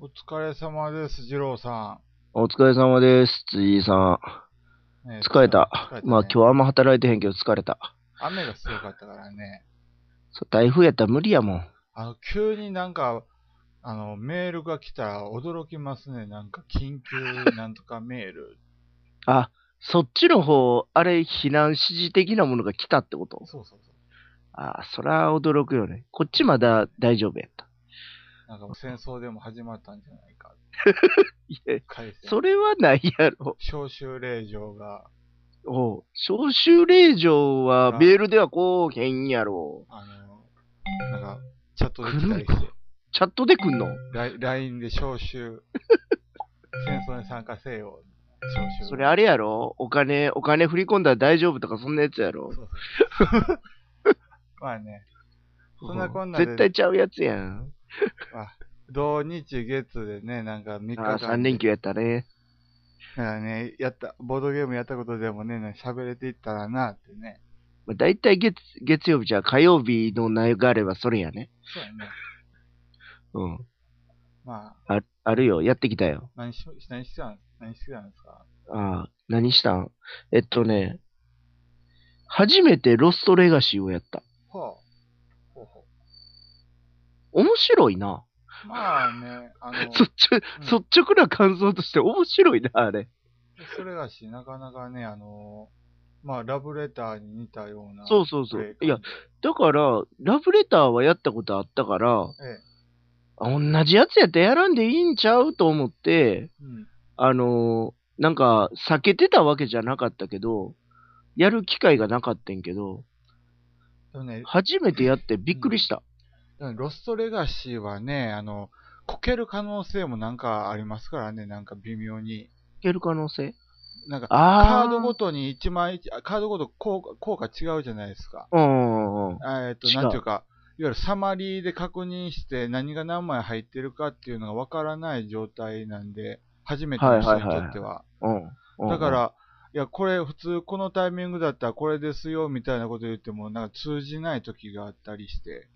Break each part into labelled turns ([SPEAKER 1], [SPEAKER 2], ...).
[SPEAKER 1] 疲れ様です、二郎さ
[SPEAKER 2] お疲れ様です、辻井さ
[SPEAKER 1] ん。ね
[SPEAKER 2] ん。疲れた。まあ今日
[SPEAKER 1] は。
[SPEAKER 2] はあんま働いてへんけど疲れた。
[SPEAKER 1] 雨が強かったからね。
[SPEAKER 2] そう台風やったら無理やもん。
[SPEAKER 1] あの、急になんか、あの、メールが来たら驚きますね。なんか、緊急なんとかメール。
[SPEAKER 2] あ、そっちの方、あれ避難指示的なものが来たってこと
[SPEAKER 1] そうそうそう。
[SPEAKER 2] あ、そら驚くよね。こっちまだ大丈夫やった。
[SPEAKER 1] なんかもう戦争でも始まったんじゃないか。
[SPEAKER 2] いや、
[SPEAKER 1] 回戦。
[SPEAKER 2] それはないやろ。
[SPEAKER 1] 招集令状が、
[SPEAKER 2] おう招集令状は
[SPEAKER 1] あ
[SPEAKER 2] メールではこうへんやろ。
[SPEAKER 1] あの、なんか、チャットで来たりして、
[SPEAKER 2] チャットで来んの
[SPEAKER 1] ライ LINE で招 集、戦争に参加せよ、招集。
[SPEAKER 2] それあれやろお金、お金振り込んだら大丈夫とかそんなやつやろ
[SPEAKER 1] そうそうまあね、そんなこんなで
[SPEAKER 2] 絶対ちゃうやつやん。
[SPEAKER 1] 土日月でね、なんか3日
[SPEAKER 2] あ
[SPEAKER 1] 間
[SPEAKER 2] あ、3連休やったね。
[SPEAKER 1] だからね、やった、ボードゲームやったことでもね、ね喋れていったらなってね。
[SPEAKER 2] まあ、大体月月曜日じゃ火曜日の流れはそれやね。
[SPEAKER 1] そうやね。
[SPEAKER 2] うん。
[SPEAKER 1] まあ、
[SPEAKER 2] ああるよ、やってきたよ。
[SPEAKER 1] 何し、何してたん、何してたんですか
[SPEAKER 2] ああ、何したんえっとね、初めてロストレガシーをやった。
[SPEAKER 1] ほう。ほうほ
[SPEAKER 2] 面白いな。
[SPEAKER 1] う。まあね、あの、
[SPEAKER 2] 率直、
[SPEAKER 1] うん
[SPEAKER 2] 率直な感想として面白いな、あれ。
[SPEAKER 1] それがし、なかなかね、あの、まあ、ラブレターに似たような。
[SPEAKER 2] そうそうそう
[SPEAKER 1] プレイ感
[SPEAKER 2] いやだから、ラブレターはやったことあったから、
[SPEAKER 1] ええ。
[SPEAKER 2] あ同じやつやったらやらんでいいんちゃうと思って、
[SPEAKER 1] うん。
[SPEAKER 2] あのーなんか、避けてたわけじゃなかったけど、やる機会がなかったんけど、
[SPEAKER 1] でもね、
[SPEAKER 2] 初めてやってびっくりした。
[SPEAKER 1] でもロストレガシーはね、あの、こける可能性もなんかありますからね、なんか微妙に。
[SPEAKER 2] いける可能性
[SPEAKER 1] なんか、
[SPEAKER 2] あ
[SPEAKER 1] カ
[SPEAKER 2] あ。
[SPEAKER 1] ードごとに一枚一、あカードごと効果効果違うじゃないですか。
[SPEAKER 2] うんうんうん。
[SPEAKER 1] あえっと、
[SPEAKER 2] 違う
[SPEAKER 1] なんていうか、いわゆるサマリーで確認して何が何枚入ってるかっていうのがわからない状態なんで、初めての人にと
[SPEAKER 2] はいはい
[SPEAKER 1] っては。
[SPEAKER 2] うんうん。
[SPEAKER 1] だから、いや、これ普通このタイミングだったらこれですよみたいなこと言っても、なんか通じない時があったりして。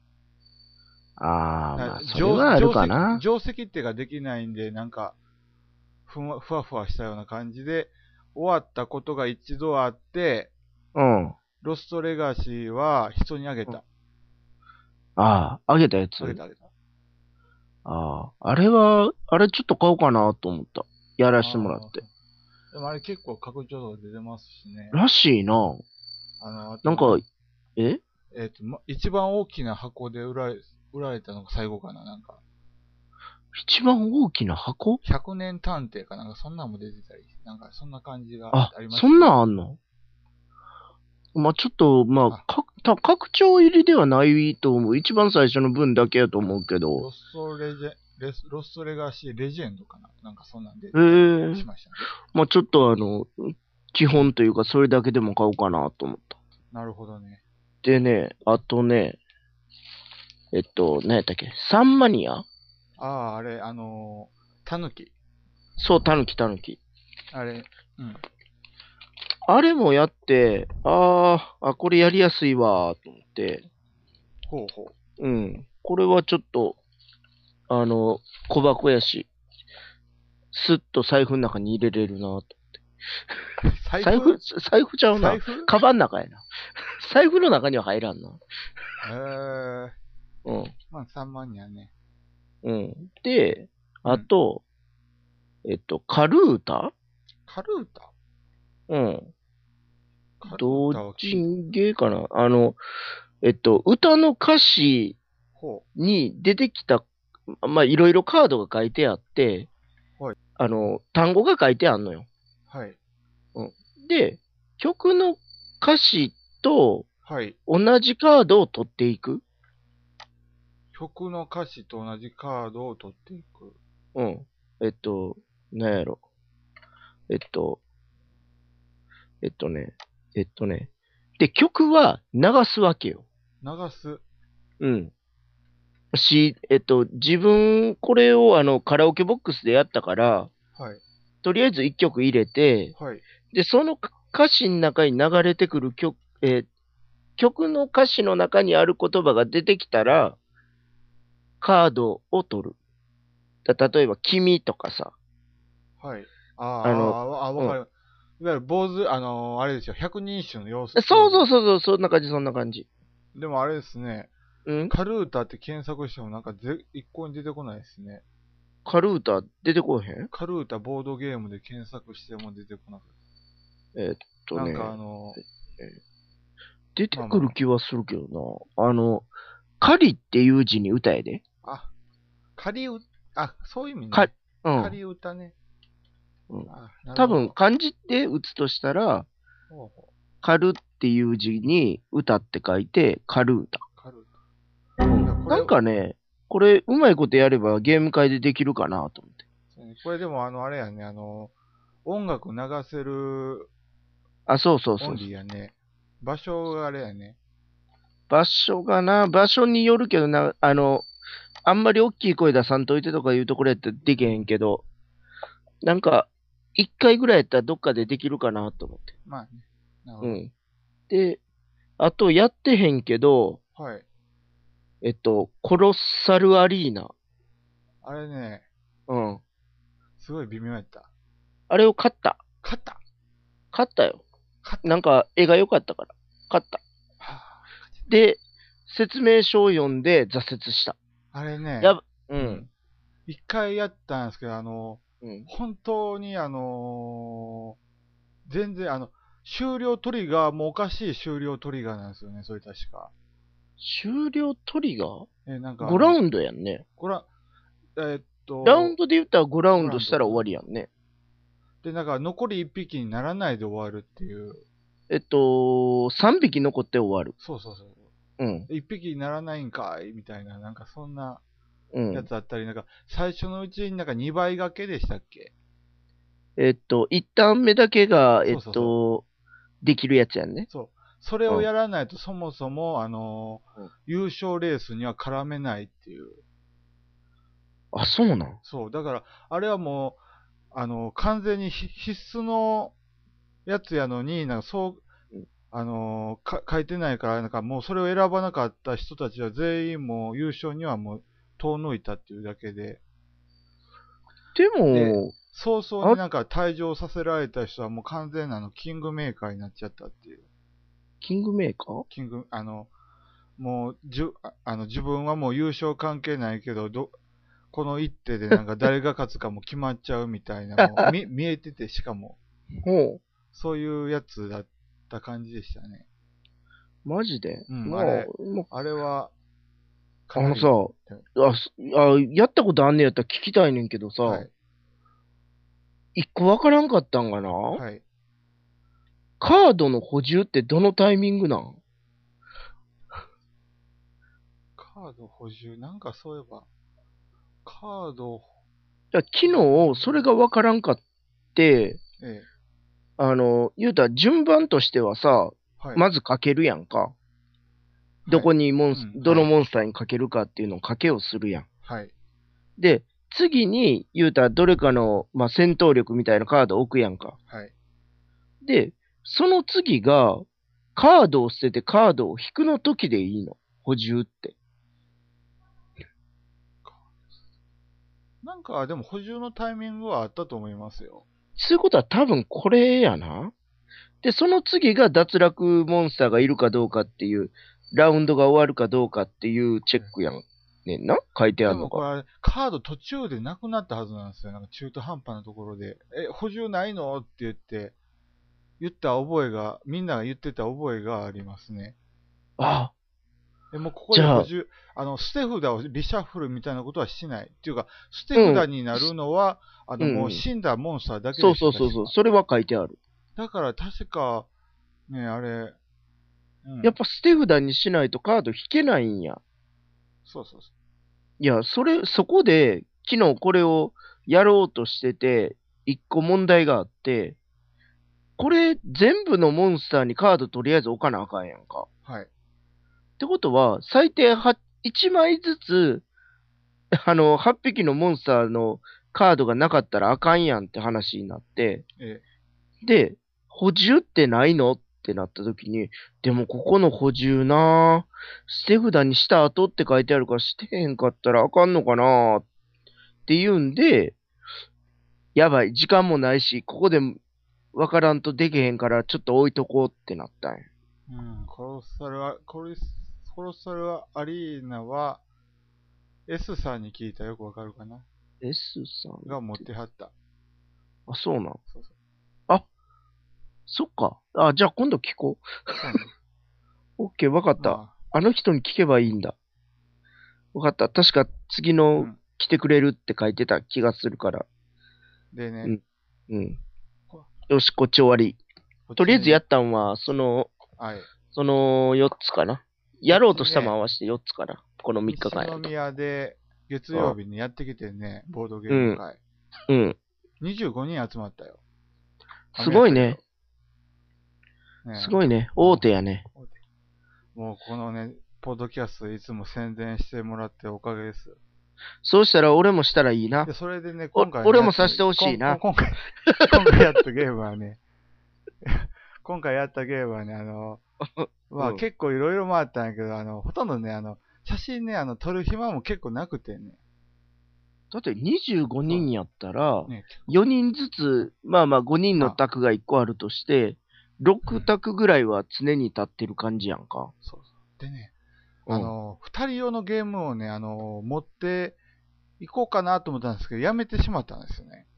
[SPEAKER 2] うん、ああ、まあ、
[SPEAKER 1] なん
[SPEAKER 2] それはあるかな。
[SPEAKER 1] 定石定石ってができないんで、なんかふわ、ふわふわしたような感じで、終わったことが一度あって、
[SPEAKER 2] うん。
[SPEAKER 1] ロストレガシーは人にあげた。
[SPEAKER 2] ああ、あげたやつ。
[SPEAKER 1] あげたあげた。
[SPEAKER 2] ああ、あれは、あれちょっと買おうかなと思った。やらしてもらって。
[SPEAKER 1] あー。でもあれ結構拡張度出てますしね。
[SPEAKER 2] らしいな。
[SPEAKER 1] あの、あと
[SPEAKER 2] なんか、、え
[SPEAKER 1] えっ、と、ま一番大きな箱で売られ、売られたのが最後かな、なんか。
[SPEAKER 2] 一番大きな箱
[SPEAKER 1] 100年探偵かなんか、そんなんも出てたり、なんか、そんな感じが
[SPEAKER 2] あ
[SPEAKER 1] あり、ます
[SPEAKER 2] そんなんあんのまあちょっと、まあ、かた拡張入りではないと思う。一番最初の分だけやと思うけど。
[SPEAKER 1] ロストレジェレスロストレガシーレジェンドかななんか、そんなんで
[SPEAKER 2] へえ。
[SPEAKER 1] しましたね。
[SPEAKER 2] まあちょっとあの、基本というか、それだけでも買おうかなと思った。
[SPEAKER 1] なるほどね。
[SPEAKER 2] でね、あとね、えっと、何やったっけサンマニア
[SPEAKER 1] ああ、あれ、あのー、タヌキ。
[SPEAKER 2] そう、タヌキタヌキ。
[SPEAKER 1] あれ、うん。
[SPEAKER 2] あれもやって、あー、あ、これやりやすいわーと思って、
[SPEAKER 1] ほうほう。
[SPEAKER 2] うん。これはちょっと、あの、小箱やし、スッと財布の中に入れれるなと。
[SPEAKER 1] 財
[SPEAKER 2] 財布、財布ちゃうな
[SPEAKER 1] 財。布
[SPEAKER 2] カバンの中やな。財布の中には入らんな。
[SPEAKER 1] えー、
[SPEAKER 2] うん。
[SPEAKER 1] まあ、3万にはね。
[SPEAKER 2] うん。で、あと、えっと、カルータ
[SPEAKER 1] カルータ
[SPEAKER 2] うん。
[SPEAKER 1] カルータ
[SPEAKER 2] 同
[SPEAKER 1] は聞い
[SPEAKER 2] 人芸かなあの、えっと、歌の歌詞
[SPEAKER 1] ほ
[SPEAKER 2] に出てきた、まあ、いろいろカードが書いてあって、
[SPEAKER 1] はい
[SPEAKER 2] あの、単語が書いてあんのよ。
[SPEAKER 1] う。はい。
[SPEAKER 2] で、曲の歌詞と
[SPEAKER 1] はい。
[SPEAKER 2] 同じカードを取っていく。
[SPEAKER 1] 曲の歌詞と同じカードを取っていく。
[SPEAKER 2] うん。えっと、なんやろ。えっと、えっとね、えっとね。で、曲は流すわけよ。
[SPEAKER 1] 流す。
[SPEAKER 2] うん。し、えっと、自分、これをあの、カラオケボックスでやったから、
[SPEAKER 1] はい。
[SPEAKER 2] とりあえず一曲入れて、
[SPEAKER 1] はい。
[SPEAKER 2] で、その歌詞の中に流れてくる曲、えー曲の歌詞の中にある言葉が出てきたら、カードを取る。た例えば、君とかさ、
[SPEAKER 1] はい。あー
[SPEAKER 2] あ
[SPEAKER 1] あ
[SPEAKER 2] の
[SPEAKER 1] あ、わかる。いわゆる坊主、あのーあれですよ、百人一首の様子。
[SPEAKER 2] そうそうそうそう、そんな感じ、そんな感じ。
[SPEAKER 1] でもあれですね、
[SPEAKER 2] うん
[SPEAKER 1] カルータって検索してもなんかぜ一向に出てこないですね。
[SPEAKER 2] カルータ出てこうへん
[SPEAKER 1] カルータボードゲームで検索しても出てこなくて。
[SPEAKER 2] と
[SPEAKER 1] な
[SPEAKER 2] ね
[SPEAKER 1] ん、かあのー、
[SPEAKER 2] 出てくる気はするけどな。あの、狩りっていう字に歌えで。
[SPEAKER 1] あ、仮歌、あ、そういう意味ね。
[SPEAKER 2] かう
[SPEAKER 1] 仮
[SPEAKER 2] ん。
[SPEAKER 1] 歌ね。
[SPEAKER 2] うん
[SPEAKER 1] あなる
[SPEAKER 2] 多
[SPEAKER 1] ほど
[SPEAKER 2] 分、漢字って打つとしたら、
[SPEAKER 1] ほうほ
[SPEAKER 2] カルっていう字に歌って書いて、カルー
[SPEAKER 1] うカルータ
[SPEAKER 2] タ。
[SPEAKER 1] これ
[SPEAKER 2] なんかね、これ、うまいことやればゲーム会でできるかなと思って。
[SPEAKER 1] これでもあの、あれやね、あのー、音楽流せる
[SPEAKER 2] あ、そうそうそ
[SPEAKER 1] オン
[SPEAKER 2] う。
[SPEAKER 1] リーやね。場所があれやね。
[SPEAKER 2] 場所がな、場所によるけどな、あの、あんまり大きい声出さんといてとかいうところやったらできへんけど、なんか、一回ぐらいやったらどっかでできるかなと思って。
[SPEAKER 1] まあね。なるほ
[SPEAKER 2] う
[SPEAKER 1] ど
[SPEAKER 2] ん。で、あと、やってへんけど、
[SPEAKER 1] はい。
[SPEAKER 2] えっと、コロッサルアリーナ。
[SPEAKER 1] あれね、
[SPEAKER 2] うん。
[SPEAKER 1] すごい微妙やった。
[SPEAKER 2] あれを買った。
[SPEAKER 1] 勝った
[SPEAKER 2] 買ったよ。
[SPEAKER 1] 勝っ
[SPEAKER 2] なんか、絵が良かったから。買った。
[SPEAKER 1] たは
[SPEAKER 2] で、説明書を読んで挫折した。
[SPEAKER 1] ああれね、
[SPEAKER 2] やばう。。
[SPEAKER 1] うん一回やったんですけど、あの、
[SPEAKER 2] うん。
[SPEAKER 1] 本当にあのー全然あの、終了トリガーもおかしい終了トリガーなんですよね、それ確か。
[SPEAKER 2] 終了トリガー
[SPEAKER 1] え、なんか、
[SPEAKER 2] ?5 ラウンドやんね。
[SPEAKER 1] ごらえーっと、
[SPEAKER 2] ラウンドで言ったら5ラウンドしたら終わりやんね。
[SPEAKER 1] で、なんか残り1匹にならないで終わるっていう。
[SPEAKER 2] えっと、3匹残って終わる。
[SPEAKER 1] そうそうそう。
[SPEAKER 2] うん。
[SPEAKER 1] 1匹にならないんかいみたいな、なんかそんな
[SPEAKER 2] う
[SPEAKER 1] や
[SPEAKER 2] ん。
[SPEAKER 1] つあったり、なんか最初のうちになんか2倍掛けでしたっけ
[SPEAKER 2] えっと、1ターン目だけが、えっと、
[SPEAKER 1] そうそう
[SPEAKER 2] できるやつやんね。
[SPEAKER 1] そう。それをやらないと、そもそも、あのー
[SPEAKER 2] うん
[SPEAKER 1] 優勝レースには絡めないっていう。
[SPEAKER 2] あ、そうなん、
[SPEAKER 1] そう。だから、あれはもう、あのー完全にひ必須のやつやのに、なんかそううんあのーか書いてないから、なんかもうそれを選ばなかった人たちは全員もう優勝にはもう遠のいたっていうだけで、
[SPEAKER 2] でも、
[SPEAKER 1] 早々になんか退場させられた人はもう完全なあのキングメーカーになっちゃったっていう。
[SPEAKER 2] キングメーカー
[SPEAKER 1] キング、あの、もう、じゅ、ああの、自分はもう優勝関係ないけど、ど、この一手でなんか誰が勝つかも決まっちゃうみ たいな、もう見、見えてて、しかも、
[SPEAKER 2] ほ
[SPEAKER 1] そういうやつだった感じでしたね。
[SPEAKER 2] う。マジで、
[SPEAKER 1] うん
[SPEAKER 2] まあ
[SPEAKER 1] あれ
[SPEAKER 2] もう
[SPEAKER 1] あれは、
[SPEAKER 2] あ
[SPEAKER 1] かな
[SPEAKER 2] の
[SPEAKER 1] り
[SPEAKER 2] さ、あすあ、やったことあんねやったら聞きたいねんけどさ、
[SPEAKER 1] はい、
[SPEAKER 2] 一個わからんかったんかな、
[SPEAKER 1] はい。
[SPEAKER 2] カードの補充ってどのタイミングなん
[SPEAKER 1] カード補充、なんかそういえば、カード、
[SPEAKER 2] だから昨日、それがわからんかって、
[SPEAKER 1] ええ、
[SPEAKER 2] あの、言うたら順番としてはさ、
[SPEAKER 1] はい。
[SPEAKER 2] まず書けるやんか。どこ
[SPEAKER 1] に
[SPEAKER 2] にモンス、
[SPEAKER 1] うん
[SPEAKER 2] どのモンスターに書けるかっていうのを書けをするやん。
[SPEAKER 1] はい。
[SPEAKER 2] で、次に、言うたらどれかの、まあ、戦闘力みたいなカードを置くやんか。
[SPEAKER 1] はい。
[SPEAKER 2] で、その次が、カードを捨ててカードを引くの時でいいの。補充って。
[SPEAKER 1] なんか、でも補充のタイミングはあったと思いますよ。
[SPEAKER 2] そういうことは多分これやな。で、その次が脱落モンスターがいるかどうかっていう、ラウンドが終わるかどうかっていうチェックやん。ねんな書いてあ
[SPEAKER 1] で
[SPEAKER 2] るの
[SPEAKER 1] もこ
[SPEAKER 2] か。
[SPEAKER 1] れあれ、カード途中でなくなったはずなんですよ。なんか中途半端なところで。え、補充ないのって言って、言った覚えが、みんなが言ってた覚えがありますね。
[SPEAKER 2] あ
[SPEAKER 1] でもうここで
[SPEAKER 2] じゃあ
[SPEAKER 1] 補充、あの、捨て札をリシャッフルみたいなことはしない。っていうか、捨て札になるのは、あの、
[SPEAKER 2] うん
[SPEAKER 1] もう死んだモンスターだけ
[SPEAKER 2] そ
[SPEAKER 1] で
[SPEAKER 2] う
[SPEAKER 1] す
[SPEAKER 2] そうそうそ
[SPEAKER 1] 確
[SPEAKER 2] う。
[SPEAKER 1] か
[SPEAKER 2] それは書いてある。
[SPEAKER 1] だから確か、ね、あれ、うん、
[SPEAKER 2] やっぱ捨て札にしないとカード引けないんや。
[SPEAKER 1] そうそうそ
[SPEAKER 2] いや、それ、そこで、昨日これをやろうとしてて、一個問題があって、これ全部のモンスターにカードとりあえず置かなあかんやんか。
[SPEAKER 1] う。はい。
[SPEAKER 2] ってことは、最低は1枚ずつ、 あの、8匹のモンスターのカードがなかったらあかんやんって話になって、
[SPEAKER 1] ええ
[SPEAKER 2] で、補充ってないのってなった時に、でもここの補充なぁ、捨て札にした後って書いてあるからしてへんかったらあかんのかなぁっっていうんで、やばい、時間もないし、ここで分からんとできへんから、ちょっと置いとこうってなったんや。
[SPEAKER 1] うん、殺されは、殺す殺されはアリーナは、S さんに聞いたらよくわかるかな
[SPEAKER 2] S さん
[SPEAKER 1] が持ってはった。
[SPEAKER 2] あ、そうなん。
[SPEAKER 1] そうそう
[SPEAKER 2] そっか。あ、じゃあ今度聞こ
[SPEAKER 1] そう
[SPEAKER 2] う。オッケー、わかった。
[SPEAKER 1] な
[SPEAKER 2] あ
[SPEAKER 1] の。あ
[SPEAKER 2] の人に聞けばいいんだ。わかった。確か次
[SPEAKER 1] う
[SPEAKER 2] の
[SPEAKER 1] ん
[SPEAKER 2] 来てくれるって書いてた気がするから。
[SPEAKER 1] でね、
[SPEAKER 2] んうん
[SPEAKER 1] こ。
[SPEAKER 2] よし、こっち終わり。とりあえずや
[SPEAKER 1] っ
[SPEAKER 2] ったんは、その、
[SPEAKER 1] はい。
[SPEAKER 2] その4つかな。やろうとしたも合わせて4つかな。この3日間や
[SPEAKER 1] 西
[SPEAKER 2] と。
[SPEAKER 1] 宮で月曜日にやってきてね、ボードゲーム会。
[SPEAKER 2] うん。
[SPEAKER 1] 25人集まったよ。
[SPEAKER 2] すごい
[SPEAKER 1] 雨やっ
[SPEAKER 2] ね。
[SPEAKER 1] たけど。
[SPEAKER 2] すごいね。大手やね。
[SPEAKER 1] もうこのね、ポッドキャストいつも宣伝してもらっておかげです。
[SPEAKER 2] そうしたら俺もしたらいいな
[SPEAKER 1] で、。それでね、
[SPEAKER 2] お
[SPEAKER 1] 今回、
[SPEAKER 2] 俺もさせてほしいな
[SPEAKER 1] こんこん今回、今回やったゲームはね、 今回やったゲームはね、あ の、まあ
[SPEAKER 2] うん
[SPEAKER 1] 結構いろいろ回ったんやけど、あの、ほとんどね、あの、写真ね、あの、撮る暇も結構なくてね。
[SPEAKER 2] だって25人やったら、
[SPEAKER 1] ね
[SPEAKER 2] 4人ずつ、まあまあ5人の卓が1個あるとして、6卓ぐらいは常に立ってる感じやんか。
[SPEAKER 1] そうそう。でね、あの、二人用のゲームをね、あの、持っていこうかなと思ったんですけど、やめてしまったんですよね。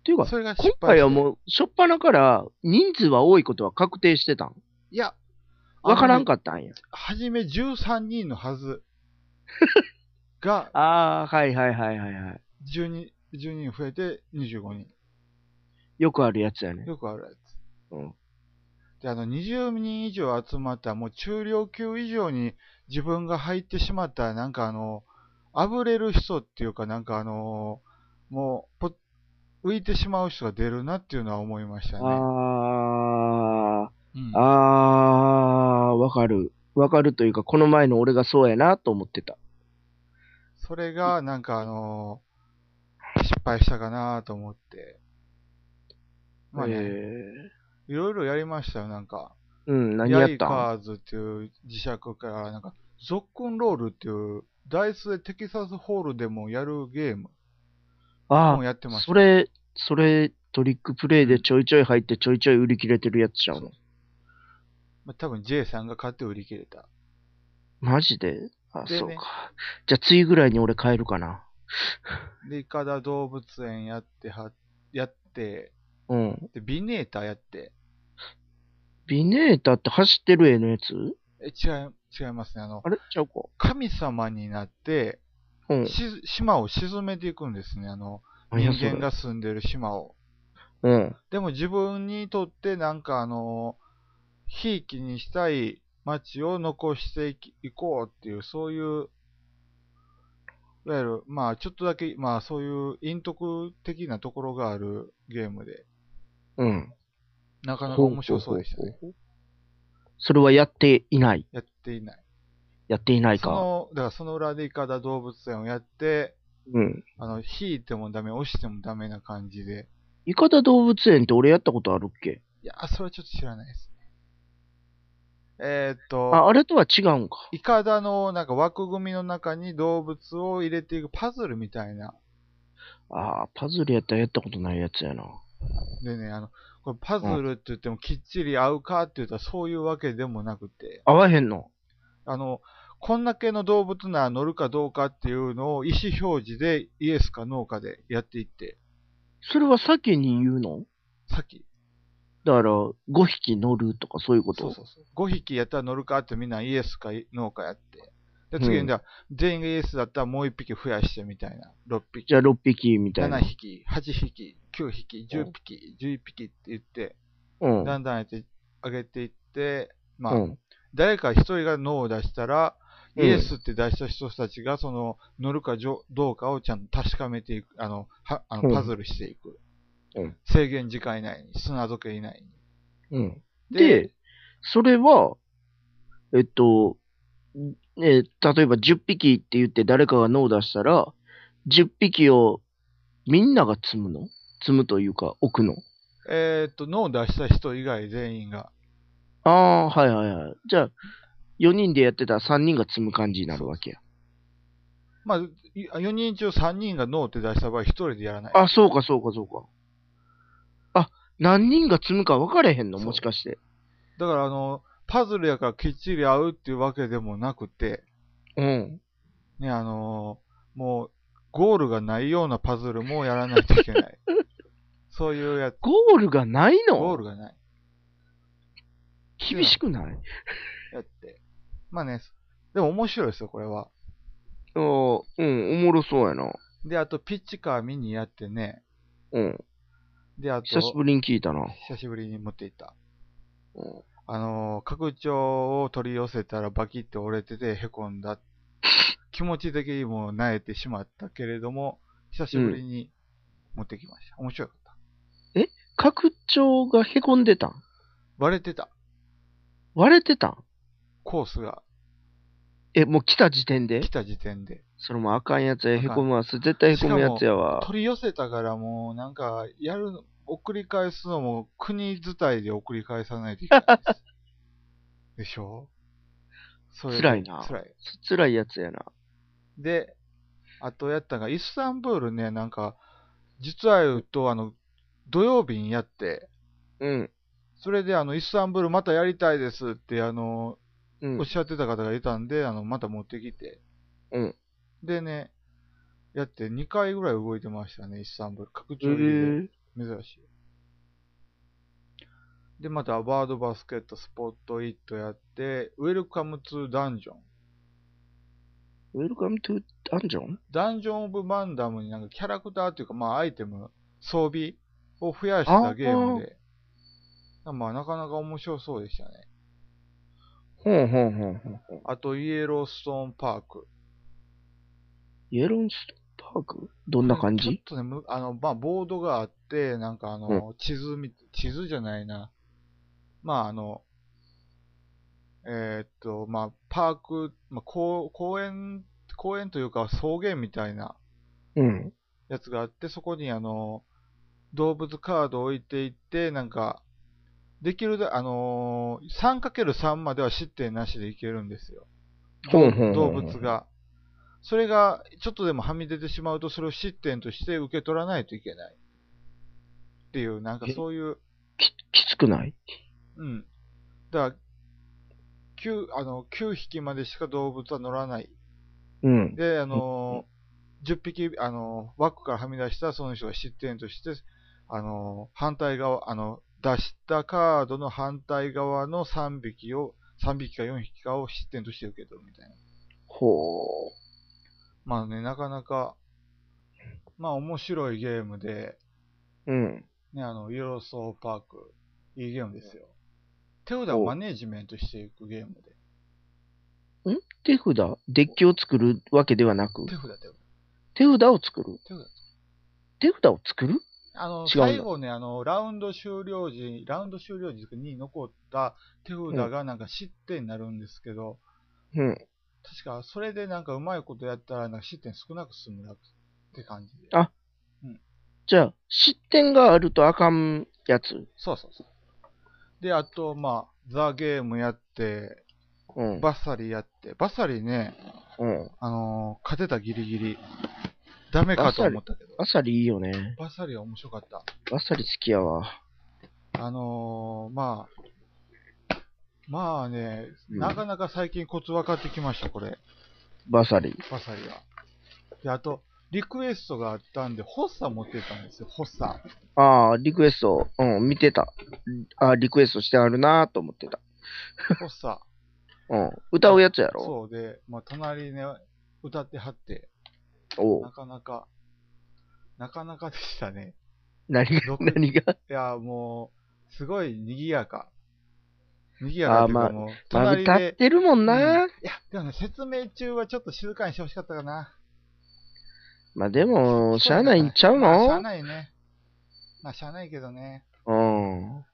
[SPEAKER 2] っていうか、
[SPEAKER 1] それが失敗
[SPEAKER 2] 今
[SPEAKER 1] し
[SPEAKER 2] 回
[SPEAKER 1] て
[SPEAKER 2] はもう、初っ端から人数は多いことは確定してたん。
[SPEAKER 1] いや、
[SPEAKER 2] わからん
[SPEAKER 1] か
[SPEAKER 2] かったんや。
[SPEAKER 1] はじめ13人のは ずが
[SPEAKER 2] ああ、はいはいはいはいはい。
[SPEAKER 1] 12、12人増えて25人。
[SPEAKER 2] よくあるやつやね。
[SPEAKER 1] よくあるや
[SPEAKER 2] うん。
[SPEAKER 1] つ。で、あの、20人以上集まったら、もう中量級以上に自分が入ってしまったら、なんかあの、あぶれる人っていうか、なんかあの、もう、ぽ浮いてしまう人が出るなっていうのは思いましたね。
[SPEAKER 2] あ
[SPEAKER 1] うん
[SPEAKER 2] あ、ああー、わかる。わかるというか、この前の俺がそうやなと思ってた。
[SPEAKER 1] それが、なんかあの失敗したかなと思って。まあ
[SPEAKER 2] え
[SPEAKER 1] ね、いろいろやりましたよ、なんか。
[SPEAKER 2] ーうん、何や
[SPEAKER 1] ヤ
[SPEAKER 2] っ
[SPEAKER 1] イ
[SPEAKER 2] たん
[SPEAKER 1] カーズっていう磁石から、なんか、ゾックンロールっていう、ダイスでテキサスホールでもやるゲーム
[SPEAKER 2] あ
[SPEAKER 1] もやってま
[SPEAKER 2] あ、
[SPEAKER 1] した
[SPEAKER 2] それ、それ、トリックプレイでちょいちょい入ってちょいちょい売り切れてるやつじゃん。
[SPEAKER 1] まあ、多分 J さんが買って売り切れた。
[SPEAKER 2] マジであ、
[SPEAKER 1] でね
[SPEAKER 2] そうか。じゃあ、次ぐらいに俺帰るかな。
[SPEAKER 1] で、イカダ動物園やっては、やって、
[SPEAKER 2] うん。
[SPEAKER 1] で、ビネーターやって、
[SPEAKER 2] ビネータって走ってる絵のやつ
[SPEAKER 1] え、違い、違いますね。あの、
[SPEAKER 2] あれちゃうか。
[SPEAKER 1] 神様になって、
[SPEAKER 2] うん。
[SPEAKER 1] し島を沈めていくんですね。あの、
[SPEAKER 2] あい
[SPEAKER 1] 人
[SPEAKER 2] やそう
[SPEAKER 1] 間が住んでる島を。
[SPEAKER 2] うん。
[SPEAKER 1] でも自分にとってなんかあの、ひいきにしたい街を残していきいこうっていう、そういう、いわゆる、まあちょっとだけ、まあそういう陰徳的なところがあるゲームで、
[SPEAKER 2] うん。
[SPEAKER 1] なかなか面白そうでしたね。
[SPEAKER 2] ほうほうほうほう。それはやっていない。
[SPEAKER 1] やっていない。
[SPEAKER 2] やっていない
[SPEAKER 1] そ
[SPEAKER 2] か。
[SPEAKER 1] の、だからその裏でイカダ動物園をやって、
[SPEAKER 2] うん。
[SPEAKER 1] あの、引いてもダメ、押してもダメな感じで、
[SPEAKER 2] イカダ動物園って俺やったことあるっけ
[SPEAKER 1] いや、それはちょっと知らないですね。えーっと、
[SPEAKER 2] あ、あれとは違うんか。
[SPEAKER 1] イカダのなんか枠組みの中に動物を入れていくパズルみたいな。
[SPEAKER 2] ああ、パズルやったらやったことないやつやな。
[SPEAKER 1] でね、あの、これパズルって言ってもきっちり合うかって言ったらそういうわけでもなくて、
[SPEAKER 2] 合わへんの。
[SPEAKER 1] あの、こんだけの動物なら乗るかどうかっていうのを意思表示でイエスかノーかでやっていって、
[SPEAKER 2] それは先に言うの
[SPEAKER 1] さっき、
[SPEAKER 2] だから、5匹乗るとかそういうこと
[SPEAKER 1] そうそうそう。5匹やったら乗るかってみんなイエスかノーかやって。で、次
[SPEAKER 2] う
[SPEAKER 1] に
[SPEAKER 2] ん
[SPEAKER 1] じゃあ全員がイエスだったらもう1匹増やしてみたいな。6匹
[SPEAKER 2] じ、ゃあ6匹みたいな
[SPEAKER 1] 7。匹、8匹、9匹、10匹、11匹って言って、
[SPEAKER 2] うん。
[SPEAKER 1] だんだんやって上げていって、まあ、
[SPEAKER 2] うん。
[SPEAKER 1] 誰か一人がノーを出したら、
[SPEAKER 2] うん
[SPEAKER 1] イエスって出した人たちが、その、乗るかじょどうかをちゃんと確かめていく、あの、はあ
[SPEAKER 2] う
[SPEAKER 1] の
[SPEAKER 2] ん
[SPEAKER 1] パズルしていく。
[SPEAKER 2] うん
[SPEAKER 1] 制限時間以内に、砂時計以内
[SPEAKER 2] うん。
[SPEAKER 1] に。
[SPEAKER 2] で、それは、えっと、ね、例えば10匹って言って誰かが脳出したら、10匹をみんなが積むの積むというか、置くの。
[SPEAKER 1] えーっと、ノーを出した人以外全員が、
[SPEAKER 2] ああ、はいはいはい。じゃあ、4人でやってたら3人が積む感じになるわけや。
[SPEAKER 1] まあ、い4人中3人がノーって出した場合、1人でやらない。
[SPEAKER 2] あ、そうか、そうか、そうか。あ、何人が積むか分かれへんの
[SPEAKER 1] そう
[SPEAKER 2] もしかして。
[SPEAKER 1] だから、あの、パズルやからきっちり合うっていうわけでもなくて、
[SPEAKER 2] うん。
[SPEAKER 1] ね、あのーもう、ゴールがないようなパズルもやらないといけ ない。そういうやつ、
[SPEAKER 2] ゴールがないの
[SPEAKER 1] ゴールがない。
[SPEAKER 2] 厳しくない
[SPEAKER 1] やって。まあね、でも面白いですよ、これは。
[SPEAKER 2] おうん、おもろそうやな。
[SPEAKER 1] で、あと、ピッチカー見にやってね、
[SPEAKER 2] うん。
[SPEAKER 1] で、あと、
[SPEAKER 2] 久しぶりに聞いたな。
[SPEAKER 1] 久しぶりに持っていった。
[SPEAKER 2] うん
[SPEAKER 1] あのー拡張を取り寄せたらバキって折れててへこんだ。気持ち的にも萎えてしまったけれども、久しぶりに持ってきました。面白かった。
[SPEAKER 2] 拡張がへこんでたん
[SPEAKER 1] バレてた。
[SPEAKER 2] 割れてたん
[SPEAKER 1] コースが
[SPEAKER 2] え、もう来た時点で
[SPEAKER 1] 来た時点で。
[SPEAKER 2] それもあかんやつや、
[SPEAKER 1] あかん
[SPEAKER 2] へこむわ。それ絶対へこむやつやわ。
[SPEAKER 1] 取り寄せたからもうなんか、やるの、送り返すのも国伝いで送り返さないといけないです。で しょそで
[SPEAKER 2] 辛いな
[SPEAKER 1] 辛い。
[SPEAKER 2] 辛いやつやな。
[SPEAKER 1] で、あとやったのが、イスタンブールね、なんか、実は言うと、あの、土曜日にやって、
[SPEAKER 2] うん。
[SPEAKER 1] それで、あの、イスタンブールまたやりたいですって、あの、
[SPEAKER 2] うん
[SPEAKER 1] おっ。しゃってた方がいたんで、あの、また持ってきて。
[SPEAKER 2] うん
[SPEAKER 1] でね、やって2回ぐらい動いてましたね、イスタンブール。拡
[SPEAKER 2] え
[SPEAKER 1] 張入りで。
[SPEAKER 2] ー、
[SPEAKER 1] 珍しい。で、また、ワードバスケット、スポットイットやって、ウェルカムツーダンジョン。
[SPEAKER 2] ウェルカムトゥダンジョン
[SPEAKER 1] ダンジョン・オブ・マンダムになんかキャラクターというか、まあ、アイテム、装備を増やしたゲームで、まあ、なかなか面白そうでしたね。
[SPEAKER 2] ほんほんほんほんほん。
[SPEAKER 1] あと、イエローストーン・パーク。
[SPEAKER 2] イエロンスパークどんな感
[SPEAKER 1] ちょっ
[SPEAKER 2] じ
[SPEAKER 1] とね、むあの、まあ、ボードがあって、なんかあの、地図み、地図じゃないな。まあ、あの、えーっと、まあ、パーク、まあ、公公園、公園というか草原みたいな
[SPEAKER 2] うん。
[SPEAKER 1] やつがあって、そこにあの、動物カードを置いていって、なんか、できるだ、あのー、3×3 までは失点なしでいけるんですよ。
[SPEAKER 2] ほんほんほ
[SPEAKER 1] 動
[SPEAKER 2] んほん
[SPEAKER 1] 物。が。それが、ちょっとでもはみ出てしまうと、それを失点として受け取らないといけない。っていう、なんか
[SPEAKER 2] え
[SPEAKER 1] そういう、
[SPEAKER 2] ききつくない
[SPEAKER 1] うん。だから、9、あの、9匹までしか動物は乗らない。
[SPEAKER 2] うん。
[SPEAKER 1] で、あのー、10匹、あのー、枠からはみ出したその人が失点として、あのー、反対側、あの、出したカードの反対側の3匹を、3匹か4匹かを失点として受け取るみたいな。
[SPEAKER 2] ほ
[SPEAKER 1] まあね、なかなか、まあ面白いゲームで、
[SPEAKER 2] う。うん。
[SPEAKER 1] ね、あの、イエローソーパーク、いいゲームですよ。手札をマネージメントしていくゲームで。
[SPEAKER 2] 手札デッキを作るわけではなく
[SPEAKER 1] 手、札、手札。
[SPEAKER 2] 手札を作る。
[SPEAKER 1] 手札
[SPEAKER 2] 手札を作る
[SPEAKER 1] あの、
[SPEAKER 2] 違うんだ
[SPEAKER 1] 最後ね、あの、ラウンド終了時、ラウンド終了時に残った手札がなんか失点になるんですけど、
[SPEAKER 2] うん。
[SPEAKER 1] 確かそれでなんかうまいことやったら、なんか失点少なく済むらくって感じで。
[SPEAKER 2] あじゃあ、失点があるとあかんやつ。
[SPEAKER 1] そうそうそう。で、あと、まあ、ザ・ゲームやって、
[SPEAKER 2] うん。
[SPEAKER 1] バッサリやって、バッサリね、
[SPEAKER 2] うん。
[SPEAKER 1] あのー勝てたギリギリ。ダメかと思ったけど。
[SPEAKER 2] あさりいいよね。
[SPEAKER 1] バッサリは面白かった。
[SPEAKER 2] あさり好きやわ。
[SPEAKER 1] あのーまあ、まあね、
[SPEAKER 2] うん
[SPEAKER 1] なかなか最近コツ分かってきました、これ。
[SPEAKER 2] バサリ。
[SPEAKER 1] バッサリは。で、あと、リクエストがあったんで、ホッサ持ってったんですよ、ホッ サ。
[SPEAKER 2] ああ、リクエスト、うん、見てた。あリクエストしてあるなと思ってた。
[SPEAKER 1] ホッサ。
[SPEAKER 2] うん。歌うやつやろ
[SPEAKER 1] そうで、まあ、隣ね、歌ってはって、
[SPEAKER 2] お
[SPEAKER 1] な
[SPEAKER 2] う
[SPEAKER 1] かなか、なかなかでしたね。
[SPEAKER 2] 何が
[SPEAKER 1] 録、
[SPEAKER 2] 何が、
[SPEAKER 1] いや、もう、すごい賑やか。賑やかっていう
[SPEAKER 2] あ
[SPEAKER 1] か
[SPEAKER 2] ー
[SPEAKER 1] もう、
[SPEAKER 2] まあ、
[SPEAKER 1] 隣
[SPEAKER 2] 歌
[SPEAKER 1] で
[SPEAKER 2] っ、てるもんな、
[SPEAKER 1] うんいや、でもね、説明中はちょっと静かにしてほしかったかな。
[SPEAKER 2] まあでも、しゃあないんちゃう
[SPEAKER 1] まあしゃあ
[SPEAKER 2] の
[SPEAKER 1] ないね。まあ、しゃあないけどね。
[SPEAKER 2] うん。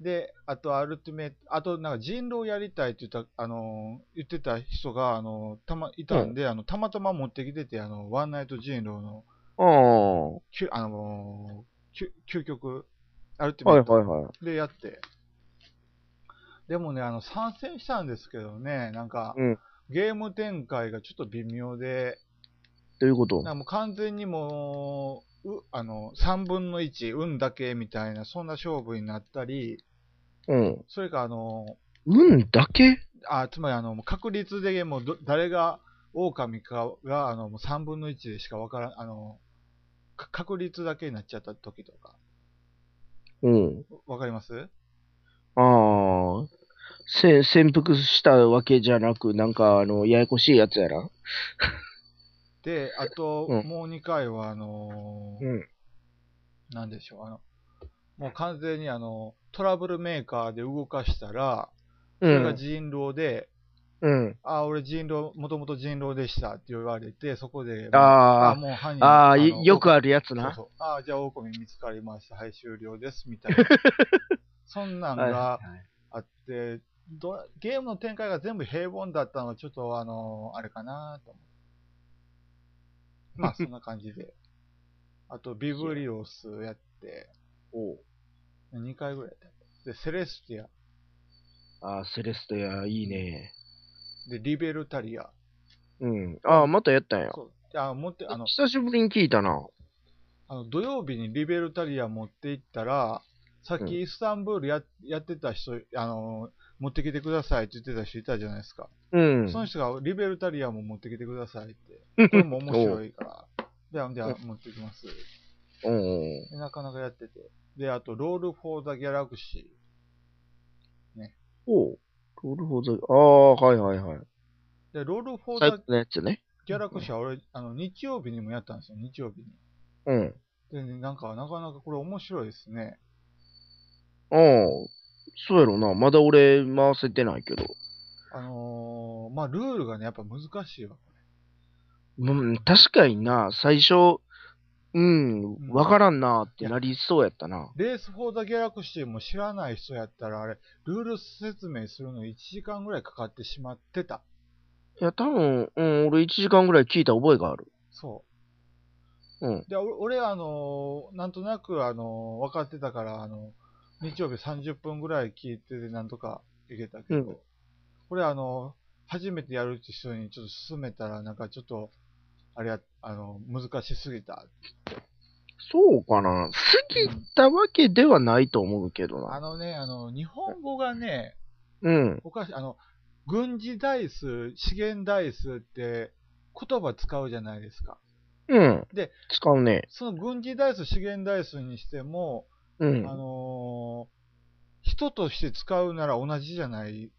[SPEAKER 1] で、あと、アルティメイト、あと、なんか人狼やりたいって言った、あのー言ってた人が、あのーたま、いたんで、あの、たまたま持ってきてて、あの、ワンナイト人狼の、
[SPEAKER 2] うん。は
[SPEAKER 1] きゅあのーきゅ究極、アルテ
[SPEAKER 2] い
[SPEAKER 1] ィ
[SPEAKER 2] は
[SPEAKER 1] メ
[SPEAKER 2] い
[SPEAKER 1] イト
[SPEAKER 2] は
[SPEAKER 1] でやって。でもね、あの、参戦したんですけどね、なんか、
[SPEAKER 2] うん
[SPEAKER 1] ゲーム展開がちょっと微妙で、
[SPEAKER 2] どういうこと
[SPEAKER 1] なんかもう完全にもう、うあの、3分の1、運だけみたいな、そんな勝負になったり、
[SPEAKER 2] うん。
[SPEAKER 1] それか、あの、
[SPEAKER 2] 運だけ
[SPEAKER 1] あ、つまり、あの、もう確率でもうど、誰が狼かが、あの、もう3分の1でしかわからん、あの、か確率だけになっちゃった時とか、
[SPEAKER 2] うん。
[SPEAKER 1] わかります
[SPEAKER 2] ああ。せ、潜伏したわけじゃなく、なんか、あの、ややこしいやつやな。
[SPEAKER 1] で、あと、
[SPEAKER 2] うん
[SPEAKER 1] もう2回は、あのー
[SPEAKER 2] うん
[SPEAKER 1] なんでしょう、あの、もう完全にあの、トラブルメーカーで動かしたら、
[SPEAKER 2] う
[SPEAKER 1] それが
[SPEAKER 2] ん。
[SPEAKER 1] 人狼で、
[SPEAKER 2] うん。
[SPEAKER 1] ああ、俺人狼、もともと人狼でしたって言われて、そこで、
[SPEAKER 2] あ
[SPEAKER 1] もう犯
[SPEAKER 2] あ、ああ、
[SPEAKER 1] の
[SPEAKER 2] いよくあるやつ
[SPEAKER 1] そう
[SPEAKER 2] な。
[SPEAKER 1] そうああ、じゃあ、狼見つかりました。はい、終了です。み たいな。そんなんがあって、どゲームの展開が全部平凡だったのは、ちょっと、あのあれかなと思う。まあ、そんな感じ で。あと、ビブリオスやって、2回ぐらいやった。で、セレスティア。
[SPEAKER 2] ああ、セレストや、いいね。
[SPEAKER 1] で、リベルタリア。
[SPEAKER 2] うん。ああ、またやったんや。
[SPEAKER 1] そう。であ、持って、あの、
[SPEAKER 2] 久しぶりに聞いたな。
[SPEAKER 1] あの土曜日にリベルタリア持って行ったら、さっ
[SPEAKER 2] うん
[SPEAKER 1] きイスタンブールや,、やってた人、あの、持ってきてくださいって言ってた人いたじゃないですか。
[SPEAKER 2] うん。
[SPEAKER 1] その人がリベルタリアも持ってきてくださいって。これも面白いから。であ、であ、
[SPEAKER 2] う
[SPEAKER 1] 持ってきます。
[SPEAKER 2] うん。
[SPEAKER 1] でなかなかやってて。で、あと、ロール・フォー・ザ・ギャラクシ
[SPEAKER 2] おう。ロールフォーザ、ああ、はいはいはい。
[SPEAKER 1] ー。で、ロール・フォー・
[SPEAKER 2] 最
[SPEAKER 1] ザ・
[SPEAKER 2] 後のやつね。
[SPEAKER 1] ギャラクシーは俺、あの、日曜日にもやったんですよ、日曜日に。
[SPEAKER 2] うん。
[SPEAKER 1] で、ねなんか、なかなかこれ面白いですね。
[SPEAKER 2] ああ、そうやろな。まだ俺、回せてないけど。
[SPEAKER 1] あのー、まあ、ルールがね、やっぱ難しいわ。
[SPEAKER 2] うん、確かにな、最初、うん
[SPEAKER 1] ん、
[SPEAKER 2] わからんなってなりそうやったな。
[SPEAKER 1] レース・フォー・ザ・ギャラクシーも知らない人やったら、あれ、ルール説明するのに1時間ぐらいかかってしまってた。
[SPEAKER 2] いや、多分、うん、俺1時間ぐらい聞いた覚えがある。
[SPEAKER 1] そう。
[SPEAKER 2] うん。
[SPEAKER 1] で、お俺、あのーなんとなく、あのー分かってたから、あの日曜日30分ぐらい聞いてて、なんとかいけたけど、
[SPEAKER 2] うん
[SPEAKER 1] これ、あのー初めてやるって人にちょっと勧めたら、なんかちょっと、あれや、あのー難しすぎた。
[SPEAKER 2] そうかな。好きたわけではないと思うけど
[SPEAKER 1] あ
[SPEAKER 2] な。
[SPEAKER 1] のね、あの、日本語がね、
[SPEAKER 2] うん。
[SPEAKER 1] おかしい、あの、軍事ダイス、資源ダイスって、言葉使うじゃないですか。
[SPEAKER 2] うん。
[SPEAKER 1] で、
[SPEAKER 2] 使うね。
[SPEAKER 1] その軍事ダイス、資源ダイスにしても、
[SPEAKER 2] う
[SPEAKER 1] あ
[SPEAKER 2] ん。
[SPEAKER 1] のー人として使うなら同じじゃない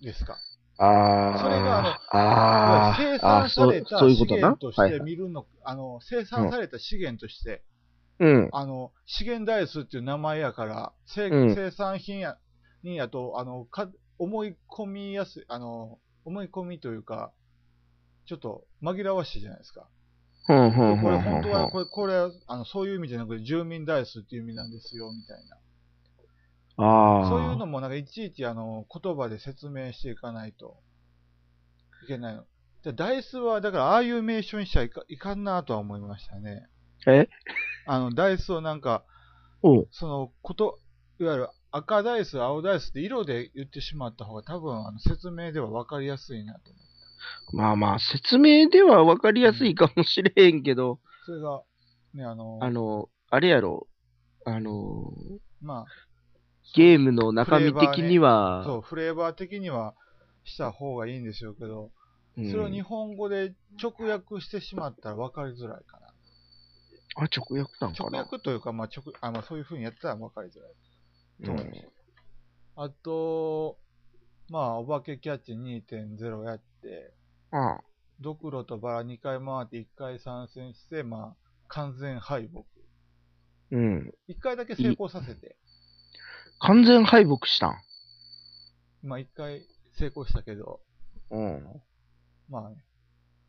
[SPEAKER 1] ですか。
[SPEAKER 2] ああ。
[SPEAKER 1] それが
[SPEAKER 2] ああ。
[SPEAKER 1] 生
[SPEAKER 2] あ
[SPEAKER 1] 産され
[SPEAKER 2] あ
[SPEAKER 1] た
[SPEAKER 2] そうそういう
[SPEAKER 1] 資
[SPEAKER 2] ことな
[SPEAKER 1] 源と。し
[SPEAKER 2] はい
[SPEAKER 1] て
[SPEAKER 2] はい。
[SPEAKER 1] 見るの、あの、生産された資源として、
[SPEAKER 2] うん。
[SPEAKER 1] あの、資源ダイスっていう名前やから、生
[SPEAKER 2] うん
[SPEAKER 1] 生産品や、にやと、あの、か、思い込みやすい、あの、思い込みというか、ちょっと紛らわしいじゃないですか。
[SPEAKER 2] ほん
[SPEAKER 1] こ
[SPEAKER 2] ほん
[SPEAKER 1] れ
[SPEAKER 2] ほんほ
[SPEAKER 1] 本
[SPEAKER 2] ん
[SPEAKER 1] 当
[SPEAKER 2] ほ
[SPEAKER 1] は、
[SPEAKER 2] ん。
[SPEAKER 1] これ、これ、あの、そういう意味じゃなくて、住民ダイスっていう意味なんですよ、みたいな。
[SPEAKER 2] ああ。
[SPEAKER 1] そういうのもなんかいちいちあの言葉で説明していかないといけないの。でダイスは、だからああいう名称にしちゃいかいかんなとは思いましたね。
[SPEAKER 2] え
[SPEAKER 1] あの、ダイスをなんか、
[SPEAKER 2] おう
[SPEAKER 1] そのこと、いわゆる赤ダイス、青ダイスって色で言ってしまった方が多分あの説明では分かりやすいなと思う。
[SPEAKER 2] まあまあ、説明では分かりやすいかもしれへんけど、
[SPEAKER 1] それが、ね、あの、
[SPEAKER 2] あの、あれやろ、あの、
[SPEAKER 1] ま
[SPEAKER 2] ゲームの中身的に
[SPEAKER 1] あ、
[SPEAKER 2] は、
[SPEAKER 1] そう、フレーバー的にはした方がいいんでしょうけど、
[SPEAKER 2] うん
[SPEAKER 1] それを日本語で直訳してしまったら分かりづらいかな。
[SPEAKER 2] あ、直訳なんか
[SPEAKER 1] 直
[SPEAKER 2] な。
[SPEAKER 1] 訳というか、まあ直あまあ、そういうふうにやったら分かりづらい。
[SPEAKER 2] うん
[SPEAKER 1] と思いますあと、まあ、お化けキャッチ2.0やって、
[SPEAKER 2] ああ
[SPEAKER 1] ドクロとバラ2回回って1回参戦して、まあ、完全敗北。
[SPEAKER 2] うん。
[SPEAKER 1] 1回だけ成功させて、
[SPEAKER 2] 完全敗北したん。
[SPEAKER 1] まあ、1回成功したけど、
[SPEAKER 2] うん。
[SPEAKER 1] まあね、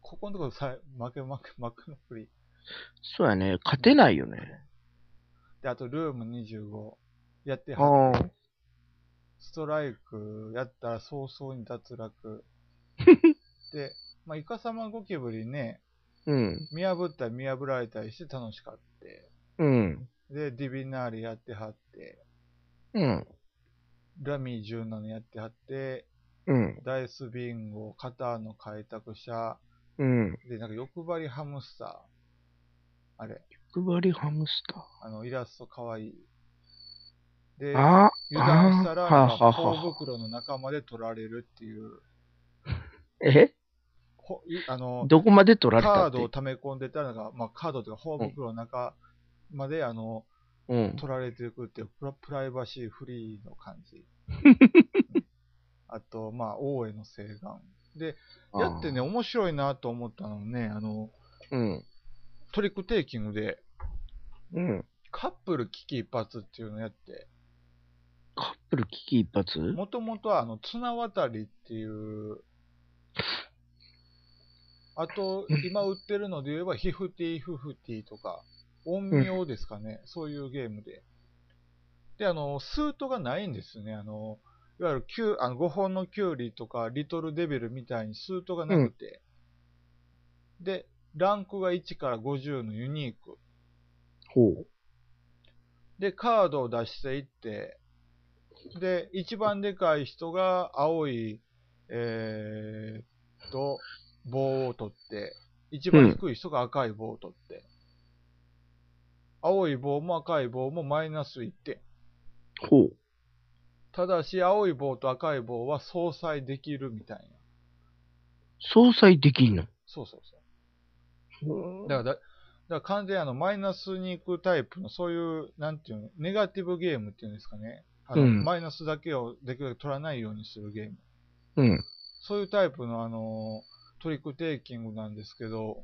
[SPEAKER 1] ここのところさえ負け負け負けのふり。
[SPEAKER 2] そうやね、勝てないよね。
[SPEAKER 1] で、あと、ルーム25やって
[SPEAKER 2] あ
[SPEAKER 1] は
[SPEAKER 2] あ
[SPEAKER 1] ストライクやったら早々に脱落。で、まあ、イカサマゴキブリね、
[SPEAKER 2] うん。
[SPEAKER 1] 見破ったり見破られたりして楽しかって。
[SPEAKER 2] うん。
[SPEAKER 1] で、ディビナーリやってはって、
[SPEAKER 2] うん。
[SPEAKER 1] ラミー17やってはって、
[SPEAKER 2] うん。
[SPEAKER 1] ダイスビンゴ、カターの開拓者、
[SPEAKER 2] うん。
[SPEAKER 1] で、なんか欲張りハムスター。あれ、
[SPEAKER 2] 欲張りハムスタ
[SPEAKER 1] あの、イラストかわいい。で、
[SPEAKER 2] ー。あー
[SPEAKER 1] 油断した
[SPEAKER 2] あー
[SPEAKER 1] ら、
[SPEAKER 2] はあ
[SPEAKER 1] なん
[SPEAKER 2] は
[SPEAKER 1] か
[SPEAKER 2] あは
[SPEAKER 1] 頬
[SPEAKER 2] あ。
[SPEAKER 1] 袋の中まで取られるっていう、
[SPEAKER 2] え
[SPEAKER 1] ほいあの、
[SPEAKER 2] どこまで取られた
[SPEAKER 1] カー
[SPEAKER 2] って
[SPEAKER 1] ドを溜め込んでたらなんか、まあ、カードというか、頬袋の中まで、あの、
[SPEAKER 2] うん。
[SPEAKER 1] 取られていくっていうプラ、プライバシーフリーの感 じ。うんあと、まあ、王への請願。で、やってね、面白いなと思ったのもね、あの、
[SPEAKER 2] あー。うん。
[SPEAKER 1] トリックテイキングで、
[SPEAKER 2] うん。
[SPEAKER 1] カップル危機一髪っていうのをやって、
[SPEAKER 2] カップル危機一髪
[SPEAKER 1] もともとはあの綱渡りっていう、あと、今売ってるので言えば、ヒフティフフティとか、陰陽ですかね、そういうゲームで。で、あの、スートがないんですね。あの、いわゆるキュあの5本のキュウリとか、リトルデビルみたいにスートがなくて、で、ランクが1から50のユニーク。
[SPEAKER 2] ほ
[SPEAKER 1] で、カードを出していって、で、一番でかい人が青い、えーっと、棒を取って、一番低い人が赤い棒を取って、青い棒も赤い棒もマイナス1点。
[SPEAKER 2] う。ほう。
[SPEAKER 1] ただし、青い棒と赤い棒は相殺できるみたいな。
[SPEAKER 2] 相殺できんの
[SPEAKER 1] そうそうそう。だからだ、だから完全にあの、マイナスに行くタイプの、そういう、なんていうの、ネガティブゲームっていうんですかね。あの、
[SPEAKER 2] うん
[SPEAKER 1] マイナスだけをできるだけ取らないようにするゲーム。
[SPEAKER 2] うん。
[SPEAKER 1] そういうタイプの、あの、トリックテイキングなんですけど、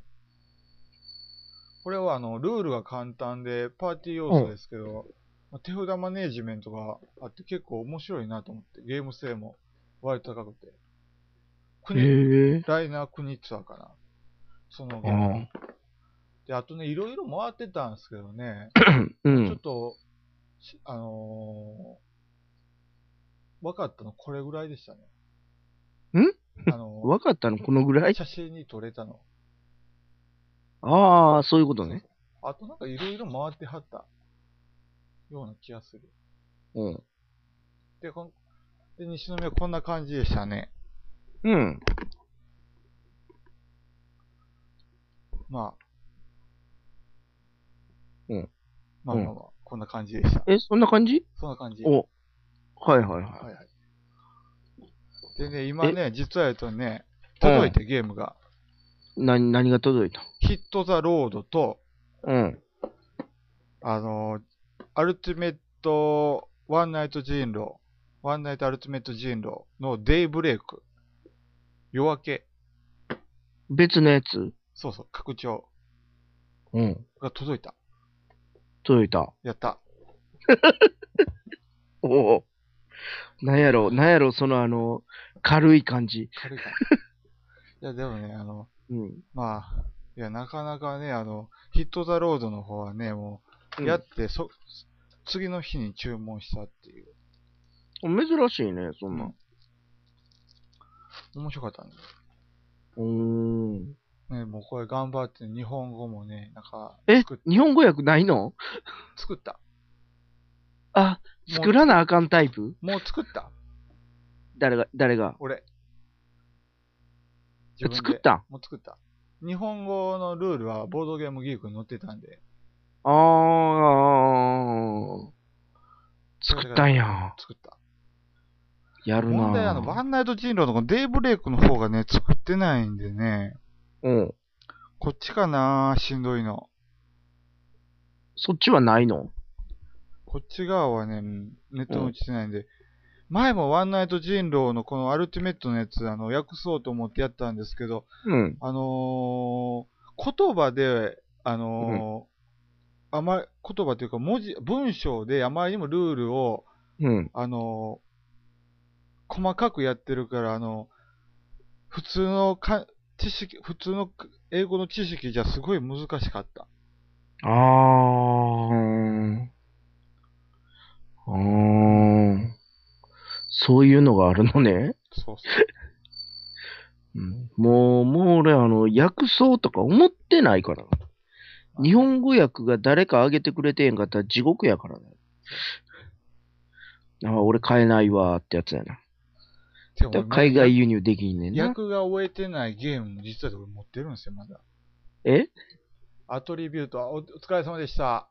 [SPEAKER 1] これはあの、ルールが簡単で、パーティー要素ですけど、まあ手札マネージメントがあって結構面白いなと思って、ゲーム性も割と高くて。
[SPEAKER 2] へ
[SPEAKER 1] 国、
[SPEAKER 2] え。
[SPEAKER 1] ライナー国ツアーかな。そのゲーム
[SPEAKER 2] あ
[SPEAKER 1] で、あとね、いろいろ回ってたんですけどね、
[SPEAKER 2] ーう
[SPEAKER 1] ちょっ
[SPEAKER 2] ん。
[SPEAKER 1] と、しあのー、分かったのこれぐらいでしたね。
[SPEAKER 2] ん
[SPEAKER 1] あのー
[SPEAKER 2] わかったのこのぐらい
[SPEAKER 1] 写真に撮れたの。
[SPEAKER 2] ああ、そういうことね。
[SPEAKER 1] あとなんかいろいろ回ってはったような気がする。
[SPEAKER 2] うん。
[SPEAKER 1] で、こんで西宮こんな感じでしたね。
[SPEAKER 2] うん。
[SPEAKER 1] まあ。
[SPEAKER 2] うん。
[SPEAKER 1] まあまあまあ、こんな感じでした。
[SPEAKER 2] え、そんな感じ
[SPEAKER 1] そんな感じ。
[SPEAKER 2] お。はいはいは
[SPEAKER 1] はいはい。でね、今ね、実は言うとね、届いてゲームが、
[SPEAKER 2] い。な、何が届いた
[SPEAKER 1] ヒットザロードと、
[SPEAKER 2] うん。
[SPEAKER 1] あのーアルティメット、ワンナイト人狼、ワンナイトアルティメット人狼のデイブレイク、夜明け、
[SPEAKER 2] 別のやつ
[SPEAKER 1] そうそう、拡張
[SPEAKER 2] うん。
[SPEAKER 1] が届いた。
[SPEAKER 2] 届いた。
[SPEAKER 1] やった。
[SPEAKER 2] おお。なんやろ、なんやろ、そのあの、軽い感じ。
[SPEAKER 1] 軽いかな。いや、でもね、あの、
[SPEAKER 2] うん。
[SPEAKER 1] まあ、いや、なかなかね、あの、ヒットザロードの方はね、もう、やって、そ、次の日に注文したっていう。
[SPEAKER 2] 珍しいね、そんなん。
[SPEAKER 1] 面白かったね。
[SPEAKER 2] うーん。
[SPEAKER 1] ね、もうこれ頑張って、日本語もね、なんか、
[SPEAKER 2] え
[SPEAKER 1] 作っ、
[SPEAKER 2] 日本語訳ないの
[SPEAKER 1] 作った。
[SPEAKER 2] あ、作らなあかんタイプ
[SPEAKER 1] もう作った。
[SPEAKER 2] 誰が、誰が。
[SPEAKER 1] 俺。自分で
[SPEAKER 2] 作ったん
[SPEAKER 1] もう作った。日本語のルールはボードゲームギークに載ってたんで、
[SPEAKER 2] あー。作ったんや。
[SPEAKER 1] 作った。
[SPEAKER 2] やるな
[SPEAKER 1] 問題はあの、ワンナイト人狼のこのデイブレイクの方がね、作ってないんでね、
[SPEAKER 2] うん。
[SPEAKER 1] こっちかなしんどいの。
[SPEAKER 2] そっちはないの
[SPEAKER 1] こっち側はね、うんネットに落ちてないんで、前もワンナイト人狼のこのアルティメットのやつ、あの、訳そうと思ってやったんですけど、
[SPEAKER 2] うん。
[SPEAKER 1] あのー言葉で、あのーあまり、言葉というか文字、文章であまりにもルールを、
[SPEAKER 2] うん。
[SPEAKER 1] あのー細かくやってるから、あの普通のか知識、普通の英語の知識じゃすごい難しかった。
[SPEAKER 2] あー。うーん。そういうのがあるのね。
[SPEAKER 1] そうそう。
[SPEAKER 2] うんもう、もう俺、あの、訳そうとか思ってないから。日本語訳が誰かあげてくれてへんかったら地獄やからね。ああ、俺買えないわーってやつやな。
[SPEAKER 1] でも
[SPEAKER 2] だ
[SPEAKER 1] 俺
[SPEAKER 2] か
[SPEAKER 1] まだ
[SPEAKER 2] ら海外輸入できんねんな。
[SPEAKER 1] 役が終えてないゲームも実は俺持ってるんですよ、まだ。
[SPEAKER 2] え
[SPEAKER 1] アトリビュート、あおお疲れ様でした。